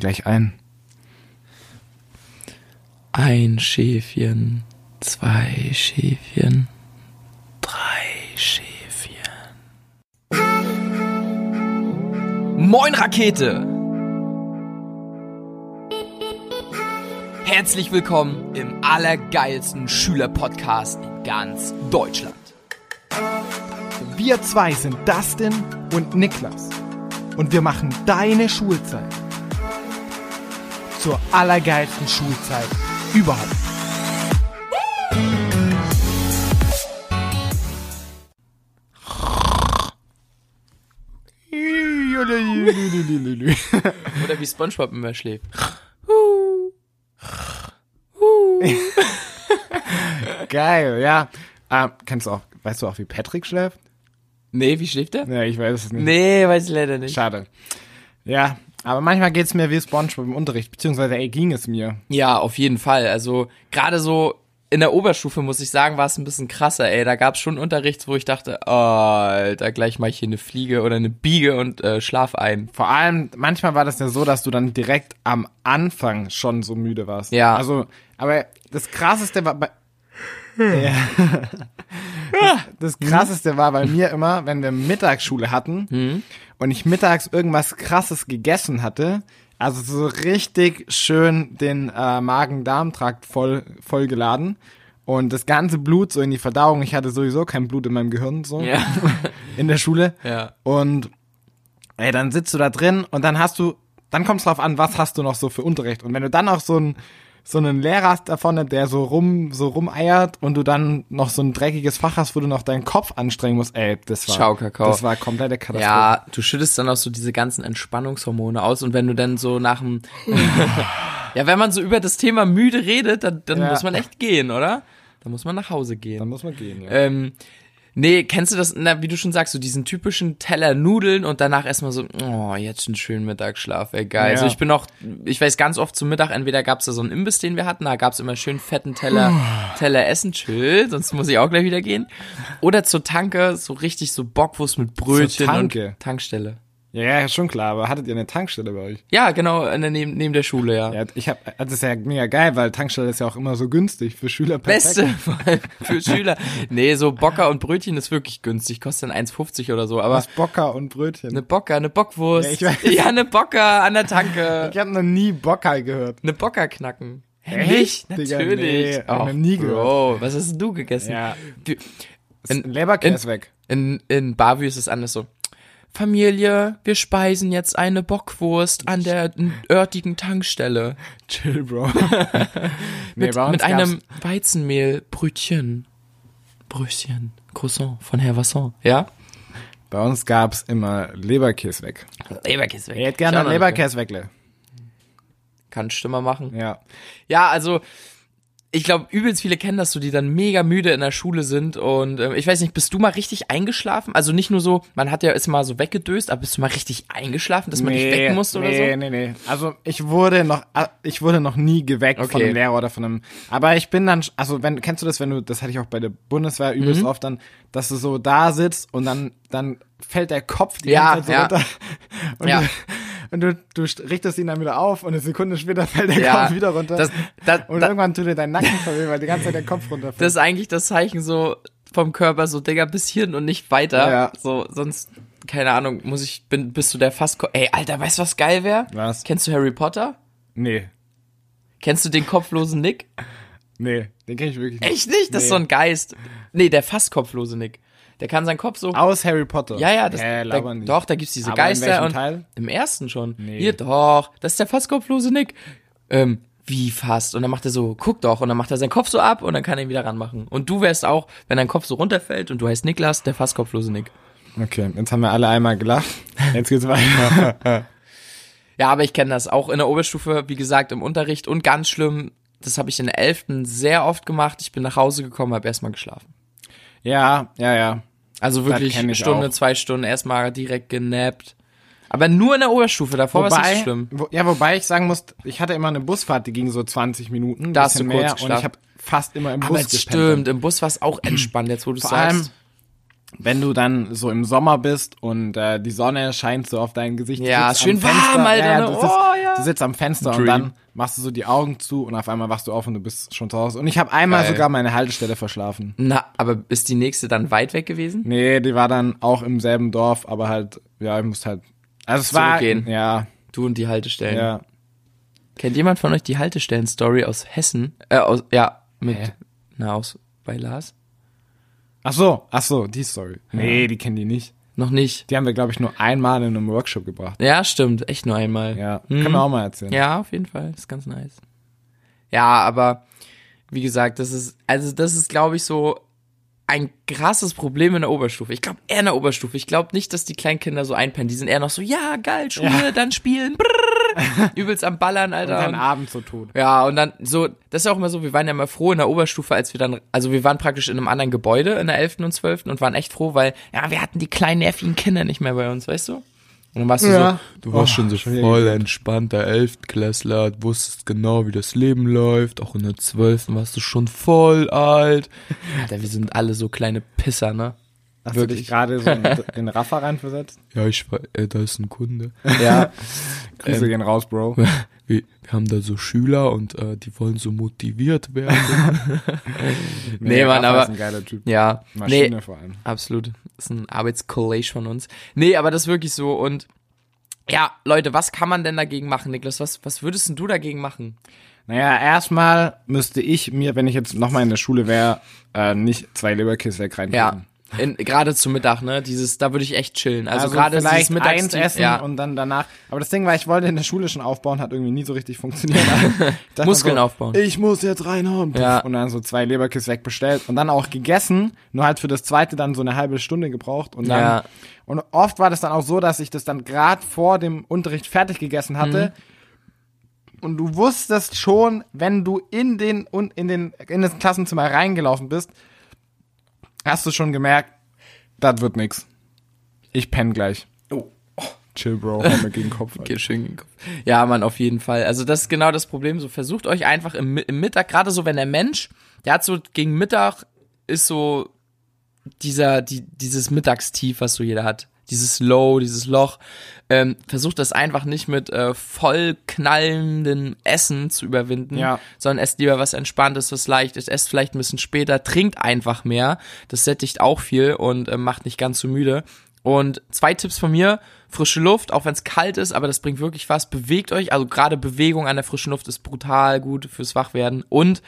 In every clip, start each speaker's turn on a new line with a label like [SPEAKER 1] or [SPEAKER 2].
[SPEAKER 1] gleich ein.
[SPEAKER 2] Ein Schäfchen, zwei Schäfchen, drei Schäfchen.
[SPEAKER 3] Moin Rakete! Herzlich willkommen im allergeilsten Schülerpodcast in ganz Deutschland.
[SPEAKER 1] Wir zwei sind Dustin und Niklas. Und wir machen deine Schulzeit zur allergeilsten Schulzeit überhaupt.
[SPEAKER 2] Oder wie Spongebob immer schläft.
[SPEAKER 1] Geil, ja. Ah, kannst du auch, weißt du auch, wie Patrick schläft?
[SPEAKER 2] Nee, wie schläft er?
[SPEAKER 1] Ja, ich weiß es nicht.
[SPEAKER 2] Nee, weiß ich leider nicht.
[SPEAKER 1] Schade. Ja, aber manchmal geht's mir wie Spongebob im Unterricht, beziehungsweise ey, ging es mir.
[SPEAKER 2] Ja, auf jeden Fall. Also gerade so in der Oberstufe, muss ich sagen, war es ein bisschen krasser, ey. Da gab es schon Unterrichts, wo ich dachte, oh, Alter, gleich mach ich hier eine Fliege oder eine Biege und äh, schlaf ein.
[SPEAKER 1] Vor allem, manchmal war das ja so, dass du dann direkt am Anfang schon so müde warst.
[SPEAKER 2] Ja.
[SPEAKER 1] Also, aber das krasseste war bei.
[SPEAKER 2] Hm.
[SPEAKER 1] Ja. Das, das krasseste war bei mir immer, wenn wir Mittagsschule hatten
[SPEAKER 2] Hm.
[SPEAKER 1] und ich mittags irgendwas krasses gegessen hatte, also so richtig schön den äh, Magen-Darm-Trakt voll, vollgeladen und das ganze Blut so in die Verdauung. Ich hatte sowieso kein Blut in meinem Gehirn so
[SPEAKER 2] Ja.
[SPEAKER 1] in der Schule.
[SPEAKER 2] ja.
[SPEAKER 1] Und ey, dann sitzt du da drin und dann hast du, dann kommt es drauf an, was hast du noch so für Unterricht. Und wenn du dann auch so einen so einen Lehrer hast davon, der so rum, so rumeiert und du dann noch so ein dreckiges Fach hast, wo du noch deinen Kopf anstrengen musst, ey, das war,
[SPEAKER 2] Ciao, Kakao.
[SPEAKER 1] das war komplette Katastrophe.
[SPEAKER 2] Ja, du schüttest dann auch so diese ganzen Entspannungshormone aus und wenn du dann so nach dem. ja, wenn man so über das Thema müde redet, dann, dann
[SPEAKER 1] Ja.
[SPEAKER 2] muss man echt gehen, oder? Dann muss man nach Hause gehen.
[SPEAKER 1] Dann muss man gehen, ja.
[SPEAKER 2] Ähm, nee, kennst du das, na, wie du schon sagst, so diesen typischen Teller Nudeln und danach erstmal so, oh, jetzt einen schönen Mittagsschlaf, ey, geil.
[SPEAKER 1] Ja.
[SPEAKER 2] Also ich bin auch, ich weiß ganz oft zum Mittag, entweder gab's da so einen Imbiss, den wir hatten, da gab's immer schön fetten Teller, Teller essen, chill, sonst muss ich auch gleich wieder gehen. Oder zur Tanke, so richtig so Bockwurst mit Brötchen
[SPEAKER 1] Tanke?
[SPEAKER 2] und Tankstelle.
[SPEAKER 1] ja, ja, schon klar, aber hattet ihr eine Tankstelle bei euch?
[SPEAKER 2] Ja, genau, an der- neben, neben der Schule, ja.
[SPEAKER 1] Ja, ich hab, das ist ja mega geil, weil Tankstelle ist ja auch immer so günstig für Schüler. perfekt.
[SPEAKER 2] Beste vor allem für Schüler. Nee, so Bocker und Brötchen ist wirklich günstig, kostet dann 1,50 oder so, aber
[SPEAKER 1] Was Bocker und Brötchen.
[SPEAKER 2] Eine Bocker, eine Bockwurst.
[SPEAKER 1] Ja,
[SPEAKER 2] Ja,
[SPEAKER 1] ich weiß.
[SPEAKER 2] eine Bocker an der Tanke.
[SPEAKER 1] Ich habe noch nie Bocker gehört.
[SPEAKER 2] Eine Bocker knacken.
[SPEAKER 1] Echt?
[SPEAKER 2] Nicht?
[SPEAKER 1] Digga,
[SPEAKER 2] Natürlich.
[SPEAKER 1] nee, hab ich noch nie gehört.
[SPEAKER 2] Bro, was hast denn du gegessen?
[SPEAKER 1] Ja.
[SPEAKER 2] Du- In-
[SPEAKER 1] Leberkäse weg.
[SPEAKER 2] In, in Bavü ist es anders so. Familie, wir speisen jetzt eine Bockwurst an der örtigen Tankstelle.
[SPEAKER 1] Chill, Bro. nee,
[SPEAKER 2] Mit,
[SPEAKER 1] bei uns
[SPEAKER 2] mit
[SPEAKER 1] gab's-
[SPEAKER 2] einem Weizenmehlbrötchen. Brötchen. Croissant von Herr Vasson. Ja?
[SPEAKER 1] Bei uns gab's immer Leberkäse weg.
[SPEAKER 2] Leberkäse weg.
[SPEAKER 1] Ich hätte
[SPEAKER 2] Ich
[SPEAKER 1] gerne
[SPEAKER 2] auch noch nicht
[SPEAKER 1] Leberkäse wegle.
[SPEAKER 2] gehört. Kannst du mal machen.
[SPEAKER 1] Ja.
[SPEAKER 2] Ja, also ich glaube, übelst viele kennen das so, die dann mega müde in der Schule sind und ähm, ich weiß nicht, bist du mal richtig eingeschlafen? Also nicht nur so, man hat ja ist mal so weggedöst, aber bist du mal richtig eingeschlafen, dass man dich wecken musste
[SPEAKER 1] nee,
[SPEAKER 2] oder so?
[SPEAKER 1] Nee, nee, Also ich wurde noch, ah, ich wurde noch nie geweckt von
[SPEAKER 2] Okay.
[SPEAKER 1] einem Lehrer oder von einem. Aber ich bin dann, sch- also wenn, kennst du das, wenn du, das hatte ich auch bei der Bundeswehr übelst
[SPEAKER 2] Mhm.
[SPEAKER 1] oft dann, dass du so da sitzt und dann, dann fällt der Kopf die
[SPEAKER 2] Ja,
[SPEAKER 1] ganze Zeit so
[SPEAKER 2] ja.
[SPEAKER 1] runter. Und
[SPEAKER 2] Ja.
[SPEAKER 1] Du, und du, du st- richtest ihn dann wieder auf und eine Sekunde später fällt der
[SPEAKER 2] Ja,
[SPEAKER 1] Kopf wieder runter.
[SPEAKER 2] das- das-
[SPEAKER 1] und
[SPEAKER 2] da-
[SPEAKER 1] irgendwann tut dir dein Nacken verweh, weil die ganze Zeit der Kopf runterfällt.
[SPEAKER 2] Das ist eigentlich das Zeichen so vom Körper so Digga, bis hierhin und nicht weiter.
[SPEAKER 1] Ja.
[SPEAKER 2] So sonst keine Ahnung, muss ich bin bist du der fast Ey, Alter, weißt du was geil wäre?
[SPEAKER 1] Was?
[SPEAKER 2] Kennst du Harry Potter?
[SPEAKER 1] nee,
[SPEAKER 2] Kennst du den kopflosen Nick?
[SPEAKER 1] nee, den kenn ich wirklich nicht.
[SPEAKER 2] Echt nicht? Das ist so ein Geist. Nee, der fast kopflose Nick. Der kann seinen Kopf so
[SPEAKER 1] Aus Harry Potter.
[SPEAKER 2] Ja, ja, das,
[SPEAKER 1] äh,
[SPEAKER 2] da,
[SPEAKER 1] laber nicht.
[SPEAKER 2] doch, da gibt's diese
[SPEAKER 1] Aber in
[SPEAKER 2] Geister.
[SPEAKER 1] welchem
[SPEAKER 2] und
[SPEAKER 1] Teil?
[SPEAKER 2] Im ersten schon.
[SPEAKER 1] Nee.
[SPEAKER 2] Hier, doch, das ist der fast kopflose Nick. Ähm, wie fast? Und dann macht er so, guck doch, und dann macht er seinen Kopf so ab und dann kann er ihn wieder ranmachen. Und du wärst auch, wenn dein Kopf so runterfällt und du heißt Niklas, der fast kopflose Nick.
[SPEAKER 1] Okay, jetzt haben wir alle einmal gelacht. Jetzt geht's weiter.
[SPEAKER 2] Ja, aber ich kenne das auch in der Oberstufe, wie gesagt, im Unterricht und ganz schlimm, das habe ich in der Elften sehr oft gemacht. Ich bin nach Hause gekommen, habe erstmal geschlafen.
[SPEAKER 1] ja, ja, ja.
[SPEAKER 2] Also wirklich
[SPEAKER 1] kenn
[SPEAKER 2] eine
[SPEAKER 1] ich
[SPEAKER 2] Stunde,
[SPEAKER 1] auch.
[SPEAKER 2] zwei Stunden, erstmal direkt genappt. Aber nur in der Oberstufe, davor war es nicht so schlimm.
[SPEAKER 1] wo, ja, wobei ich sagen muss, ich hatte immer eine Busfahrt, die ging so 20 Minuten,
[SPEAKER 2] Da hast
[SPEAKER 1] bisschen
[SPEAKER 2] du kurz
[SPEAKER 1] mehr, und
[SPEAKER 2] geschlafen.
[SPEAKER 1] ich habe fast immer im
[SPEAKER 2] Aber
[SPEAKER 1] Bus
[SPEAKER 2] es
[SPEAKER 1] gepennt.
[SPEAKER 2] stimmt, im Bus war es auch entspannt, jetzt wo du
[SPEAKER 1] Vor
[SPEAKER 2] sagst.
[SPEAKER 1] allem, wenn du dann so im Sommer bist und äh, die Sonne scheint so auf dein Gesicht. du
[SPEAKER 2] Ja,
[SPEAKER 1] sitzt
[SPEAKER 2] schön
[SPEAKER 1] am Fenster,
[SPEAKER 2] warm, Alter,
[SPEAKER 1] Ja, ja,
[SPEAKER 2] ne?
[SPEAKER 1] du,
[SPEAKER 2] Oh,
[SPEAKER 1] sitzt,
[SPEAKER 2] ja.
[SPEAKER 1] du sitzt am Fenster
[SPEAKER 2] Dream.
[SPEAKER 1] und dann machst du so die Augen zu und auf einmal wachst du auf und du bist schon zu Hause. Und ich habe einmal
[SPEAKER 2] Geil.
[SPEAKER 1] sogar meine Haltestelle verschlafen.
[SPEAKER 2] Na, aber ist die nächste dann weit weg gewesen?
[SPEAKER 1] Nee, die war dann auch im selben Dorf, aber halt, ja, ich musste halt. Also es war.
[SPEAKER 2] Zurückgehen.
[SPEAKER 1] Ja,
[SPEAKER 2] Du und die Haltestellen.
[SPEAKER 1] ja.
[SPEAKER 2] Kennt jemand von euch die Haltestellen-Story aus Hessen? Äh, aus, ja, mit, na, aus, bei Lars?
[SPEAKER 1] Ach so, ach so, die Story. Nee, die kennen die nicht.
[SPEAKER 2] Noch nicht.
[SPEAKER 1] Die haben wir, glaube ich, nur einmal in einem Workshop gebracht.
[SPEAKER 2] Ja, stimmt, echt nur einmal.
[SPEAKER 1] Ja,
[SPEAKER 2] Mhm.
[SPEAKER 1] können wir auch mal erzählen.
[SPEAKER 2] Ja, auf jeden Fall. Ist ganz nice. Ja, aber wie gesagt, das ist, also das ist, glaube ich, so ein krasses Problem in der Oberstufe. Ich glaube eher in der Oberstufe. Ich glaube nicht, dass die Kleinkinder so einpennen. Die sind eher noch so, ja, geil, Schule, dann spielen. Brrr, übelst am Ballern, Alter.
[SPEAKER 1] Und dann
[SPEAKER 2] und-
[SPEAKER 1] abends so tot.
[SPEAKER 2] ja, und dann so, das ist ja auch immer so, wir waren ja immer froh in der Oberstufe, als wir dann, also wir waren praktisch in einem anderen Gebäude in der 11. und 12. und waren echt froh, weil, ja, wir hatten die kleinen nervigen Kinder nicht mehr bei uns, weißt du? Und dann warst du
[SPEAKER 1] Ja.
[SPEAKER 2] so, du warst
[SPEAKER 1] Oh,
[SPEAKER 2] schon so
[SPEAKER 1] schon wieder
[SPEAKER 2] voll entspannter Elftklässler, wusstest genau, wie das Leben läuft, auch in der 12. warst du schon voll alt. Alter, wir sind alle so kleine Pisser, ne?
[SPEAKER 1] Hast du
[SPEAKER 2] Wirklich.
[SPEAKER 1] dich gerade so in den Raffa reinversetzt?
[SPEAKER 4] Ja, ich war, äh, da ist ein Kunde.
[SPEAKER 2] Ja,
[SPEAKER 1] Grüße gehen raus, Bro.
[SPEAKER 4] Wir, wir haben da so Schüler und äh, die wollen so motiviert werden.
[SPEAKER 2] nee, Mann,
[SPEAKER 1] Rafa Ist
[SPEAKER 2] aber,
[SPEAKER 1] ein geiler Typ.
[SPEAKER 2] ja, nee,
[SPEAKER 1] Maschine vor allem.
[SPEAKER 2] Absolut. Das ist ein Arbeitscollage von uns. Nee, aber das ist wirklich so. Und ja, Leute, was kann man denn dagegen machen, Niklas? Was, was würdest denn du dagegen machen?
[SPEAKER 1] Naja, erstmal müsste ich mir, wenn ich jetzt nochmal in der Schule wäre, äh, nicht zwei Leberkiss wegrein.
[SPEAKER 2] Ja. In, gerade zum Mittag, ne? Dieses, da würde ich echt chillen. Also,
[SPEAKER 1] Also
[SPEAKER 2] gerade dieses
[SPEAKER 1] vielleicht eins
[SPEAKER 2] Mittags
[SPEAKER 1] essen
[SPEAKER 2] ja,
[SPEAKER 1] und dann danach. Aber das Ding war, ich wollte in der Schule schon aufbauen, hat irgendwie nie so richtig funktioniert. Ich dachte mir
[SPEAKER 2] Muskeln
[SPEAKER 1] so,
[SPEAKER 2] aufbauen.
[SPEAKER 1] Ich muss jetzt reinhauen.
[SPEAKER 2] Ja.
[SPEAKER 1] Und dann so zwei Leberkiss wegbestellt und dann auch gegessen, nur halt für das zweite dann so eine halbe Stunde gebraucht und dann
[SPEAKER 2] Ja.
[SPEAKER 1] und oft war das dann auch so, dass ich das dann gerade vor dem Unterricht fertig gegessen
[SPEAKER 2] Mhm.
[SPEAKER 1] hatte. Und du wusstest schon, wenn du in den und in den in das Klassenzimmer reingelaufen bist, hast du schon gemerkt, das wird nix. Ich penn gleich.
[SPEAKER 2] Oh.
[SPEAKER 1] Chill, Bro, hau mir gegen den Kopf. Alter.
[SPEAKER 2] Geht schön in den Kopf. Ja, Mann, auf jeden Fall. Also das ist genau das Problem. So versucht euch einfach im, Mi- im Mittag, gerade so wenn der Mensch, der hat so gegen Mittag ist so dieser, die, dieses Mittagstief, was so jeder hat. Dieses Low, dieses Loch. Ähm, versucht das einfach nicht mit äh, voll knallendem Essen zu überwinden,
[SPEAKER 1] Ja.
[SPEAKER 2] sondern esst lieber was Entspanntes, was Leichtes, esst vielleicht ein bisschen später, trinkt einfach mehr. Das sättigt auch viel und äh, macht nicht ganz so müde. Und zwei Tipps von mir, frische Luft, auch wenn es kalt ist, aber das bringt wirklich was. Bewegt euch, also gerade Bewegung an der frischen Luft ist brutal gut fürs Wachwerden. Und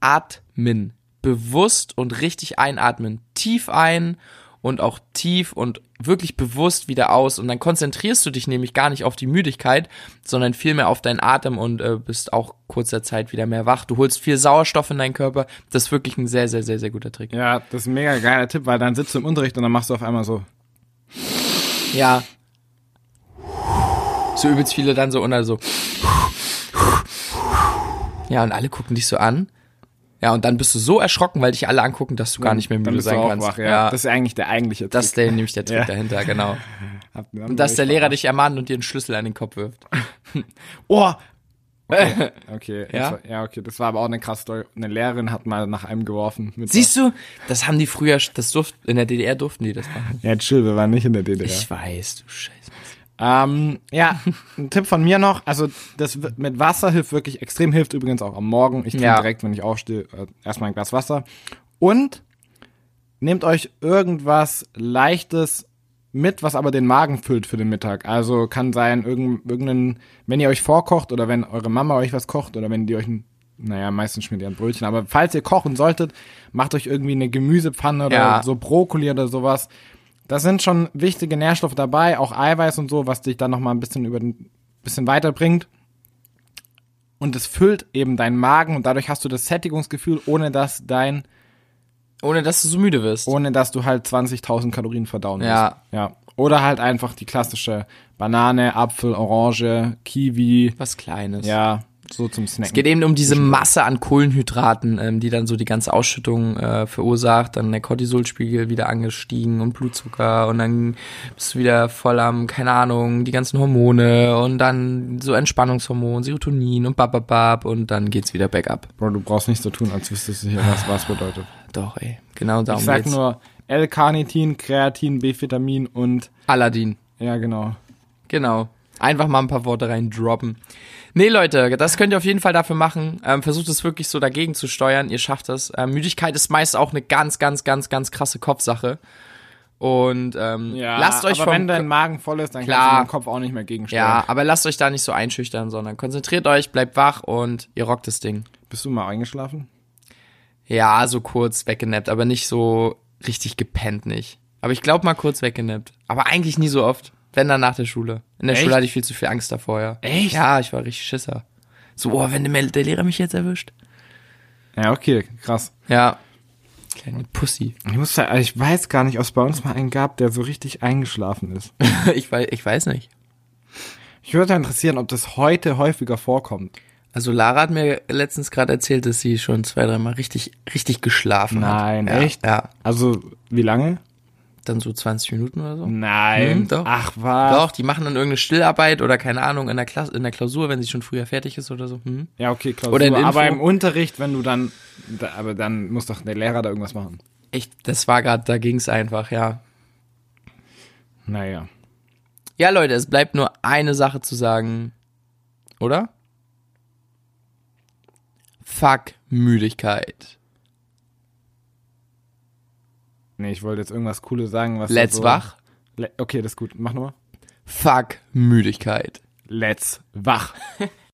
[SPEAKER 2] atmen. Bewusst und richtig einatmen. Tief ein und auch tief und wirklich bewusst wieder aus. Und dann konzentrierst du dich nämlich gar nicht auf die Müdigkeit, sondern vielmehr auf deinen Atem und äh, bist auch kurzer Zeit wieder mehr wach. Du holst viel Sauerstoff in deinen Körper. Das ist wirklich ein sehr, sehr, sehr, sehr guter Trick.
[SPEAKER 1] Ja, das ist ein mega geiler Tipp, weil dann sitzt du im Unterricht und dann machst du auf einmal so.
[SPEAKER 2] Ja. So übelst viele dann so und dann so. Ja, und alle gucken dich so an. Ja, und dann bist du so erschrocken, weil dich alle angucken, dass du gar nicht mehr
[SPEAKER 1] dann
[SPEAKER 2] müde
[SPEAKER 1] bist du
[SPEAKER 2] sein
[SPEAKER 1] auch
[SPEAKER 2] kannst.
[SPEAKER 1] wach, ja. Das ist eigentlich der eigentliche Trick.
[SPEAKER 2] Das ist der, nämlich der Trick
[SPEAKER 1] Ja.
[SPEAKER 2] dahinter, genau.
[SPEAKER 1] Habt ihr dann
[SPEAKER 2] Und dass der
[SPEAKER 1] wirklich
[SPEAKER 2] Lehrer dich ermahnt und dir einen Schlüssel an den Kopf wirft.
[SPEAKER 1] Oh! Okay, okay.
[SPEAKER 2] Ja?
[SPEAKER 1] Ja? War, ja, okay. Das war aber auch eine krasse Story. Eine Lehrerin hat mal nach einem geworfen. Mit
[SPEAKER 2] Siehst du, das haben die früher, das durft, in der DDR durften die das machen.
[SPEAKER 1] Ja, chill, wir waren nicht in der DDR.
[SPEAKER 2] Ich weiß, du Scheiße.
[SPEAKER 1] Ähm, ja, ein Tipp von mir noch. Also, das w- mit Wasser hilft wirklich extrem, hilft übrigens auch am Morgen. Ich trinke
[SPEAKER 2] Ja.
[SPEAKER 1] direkt, wenn ich aufstehe, äh, erstmal ein Glas Wasser. Und nehmt euch irgendwas Leichtes mit, was aber den Magen füllt für den Mittag. Also kann sein, irgend, irgendein, wenn ihr euch vorkocht oder wenn eure Mama euch was kocht oder wenn die euch, ein- naja, meistens schmiert ihr ein Brötchen, aber falls ihr kochen solltet, macht euch irgendwie eine Gemüsepfanne oder
[SPEAKER 2] Ja.
[SPEAKER 1] so Brokkoli oder sowas. Da sind schon wichtige Nährstoffe dabei, auch Eiweiß und so, was dich dann nochmal ein bisschen über den, bisschen weiterbringt. Und es füllt eben deinen Magen und dadurch hast du das Sättigungsgefühl, ohne dass dein
[SPEAKER 2] Ohne dass du so müde wirst.
[SPEAKER 1] ohne dass du halt 20.000 Kalorien verdauen musst.
[SPEAKER 2] Ja.
[SPEAKER 1] Ja. Oder halt einfach die klassische Banane, Apfel, Orange, Kiwi.
[SPEAKER 2] Was Kleines.
[SPEAKER 1] Ja, so zum Snacken.
[SPEAKER 2] Es geht eben um diese Masse an Kohlenhydraten, ähm, die dann so die ganze Ausschüttung äh, verursacht, dann der Cortisolspiegel wieder angestiegen und Blutzucker und dann bist du wieder voll am, keine Ahnung, die ganzen Hormone und dann so Entspannungshormon, Serotonin und bababab und dann geht's wieder back up.
[SPEAKER 1] Bro, du brauchst nicht so tun, als wüsstest du hier, was was bedeutet.
[SPEAKER 2] Doch, ey, genau Ah, darum
[SPEAKER 1] Ich sag
[SPEAKER 2] geht's.
[SPEAKER 1] nur, L-Carnitin, Kreatin, B-Vitamin und
[SPEAKER 2] Aladdin.
[SPEAKER 1] ja, genau.
[SPEAKER 2] Genau. Einfach mal ein paar Worte reindroppen. Nee, Leute, das könnt ihr auf jeden Fall dafür machen. Ähm, versucht es wirklich so dagegen zu steuern. Ihr schafft das. Ähm, Müdigkeit ist meist auch eine ganz, ganz, ganz, ganz krasse Kopfsache. Und ähm, lasst euch
[SPEAKER 1] aber
[SPEAKER 2] vom
[SPEAKER 1] wenn dein Magen voll ist, dann
[SPEAKER 2] Klar.
[SPEAKER 1] kannst du den Kopf auch nicht mehr gegensteuern.
[SPEAKER 2] Ja, aber lasst euch da nicht so einschüchtern, sondern konzentriert euch, bleibt wach und ihr rockt das Ding.
[SPEAKER 1] Bist du mal eingeschlafen?
[SPEAKER 2] Ja, so kurz weggenappt, aber nicht so richtig gepennt nicht. Aber ich glaube mal kurz weggenappt. Aber eigentlich nie so oft. Wenn dann nach der Schule. In der
[SPEAKER 1] Echt?
[SPEAKER 2] Schule hatte ich viel zu viel Angst davor, ja.
[SPEAKER 1] Echt?
[SPEAKER 2] Ja, ich war richtig Schisser. So, oh, wenn der, Mel- der Lehrer mich jetzt erwischt.
[SPEAKER 1] Ja, okay, krass.
[SPEAKER 2] Ja. Kleine Pussy.
[SPEAKER 1] Ich, muss, ja- ich weiß gar nicht, ob es bei uns mal einen gab, der so richtig eingeschlafen ist.
[SPEAKER 2] ich, weiß, ich weiß nicht.
[SPEAKER 1] Ich würde interessieren, ob das heute häufiger vorkommt.
[SPEAKER 2] Also Lara hat mir letztens gerade erzählt, dass sie schon zwei, dreimal richtig, richtig geschlafen hat.
[SPEAKER 1] Nein,
[SPEAKER 2] ja,
[SPEAKER 1] echt?
[SPEAKER 2] Ja,
[SPEAKER 1] Also, wie lange?
[SPEAKER 2] dann so 20 Minuten oder so.
[SPEAKER 1] Nein.
[SPEAKER 2] Hm, doch.
[SPEAKER 1] Ach was.
[SPEAKER 2] Doch, die machen dann irgendeine Stillarbeit oder keine Ahnung in der, Klasse, in der Klausur, wenn sie schon früher fertig ist oder so. Hm?
[SPEAKER 1] Ja, okay, klar.
[SPEAKER 2] Oder in
[SPEAKER 1] aber
[SPEAKER 2] Info.
[SPEAKER 1] im Unterricht, wenn du dann, da, aber dann muss doch der Lehrer da irgendwas machen.
[SPEAKER 2] Ich, das war gerade, da ging's einfach, ja.
[SPEAKER 1] Naja.
[SPEAKER 2] Ja, Leute, es bleibt nur eine Sache zu sagen, oder? Fuck Müdigkeit.
[SPEAKER 1] Nee, ich wollte jetzt irgendwas Cooles sagen, was.
[SPEAKER 2] Let's
[SPEAKER 1] so,
[SPEAKER 2] wach.
[SPEAKER 1] Le okay, das ist gut. Mach nochmal.
[SPEAKER 2] Fuck Müdigkeit.
[SPEAKER 1] Let's wach.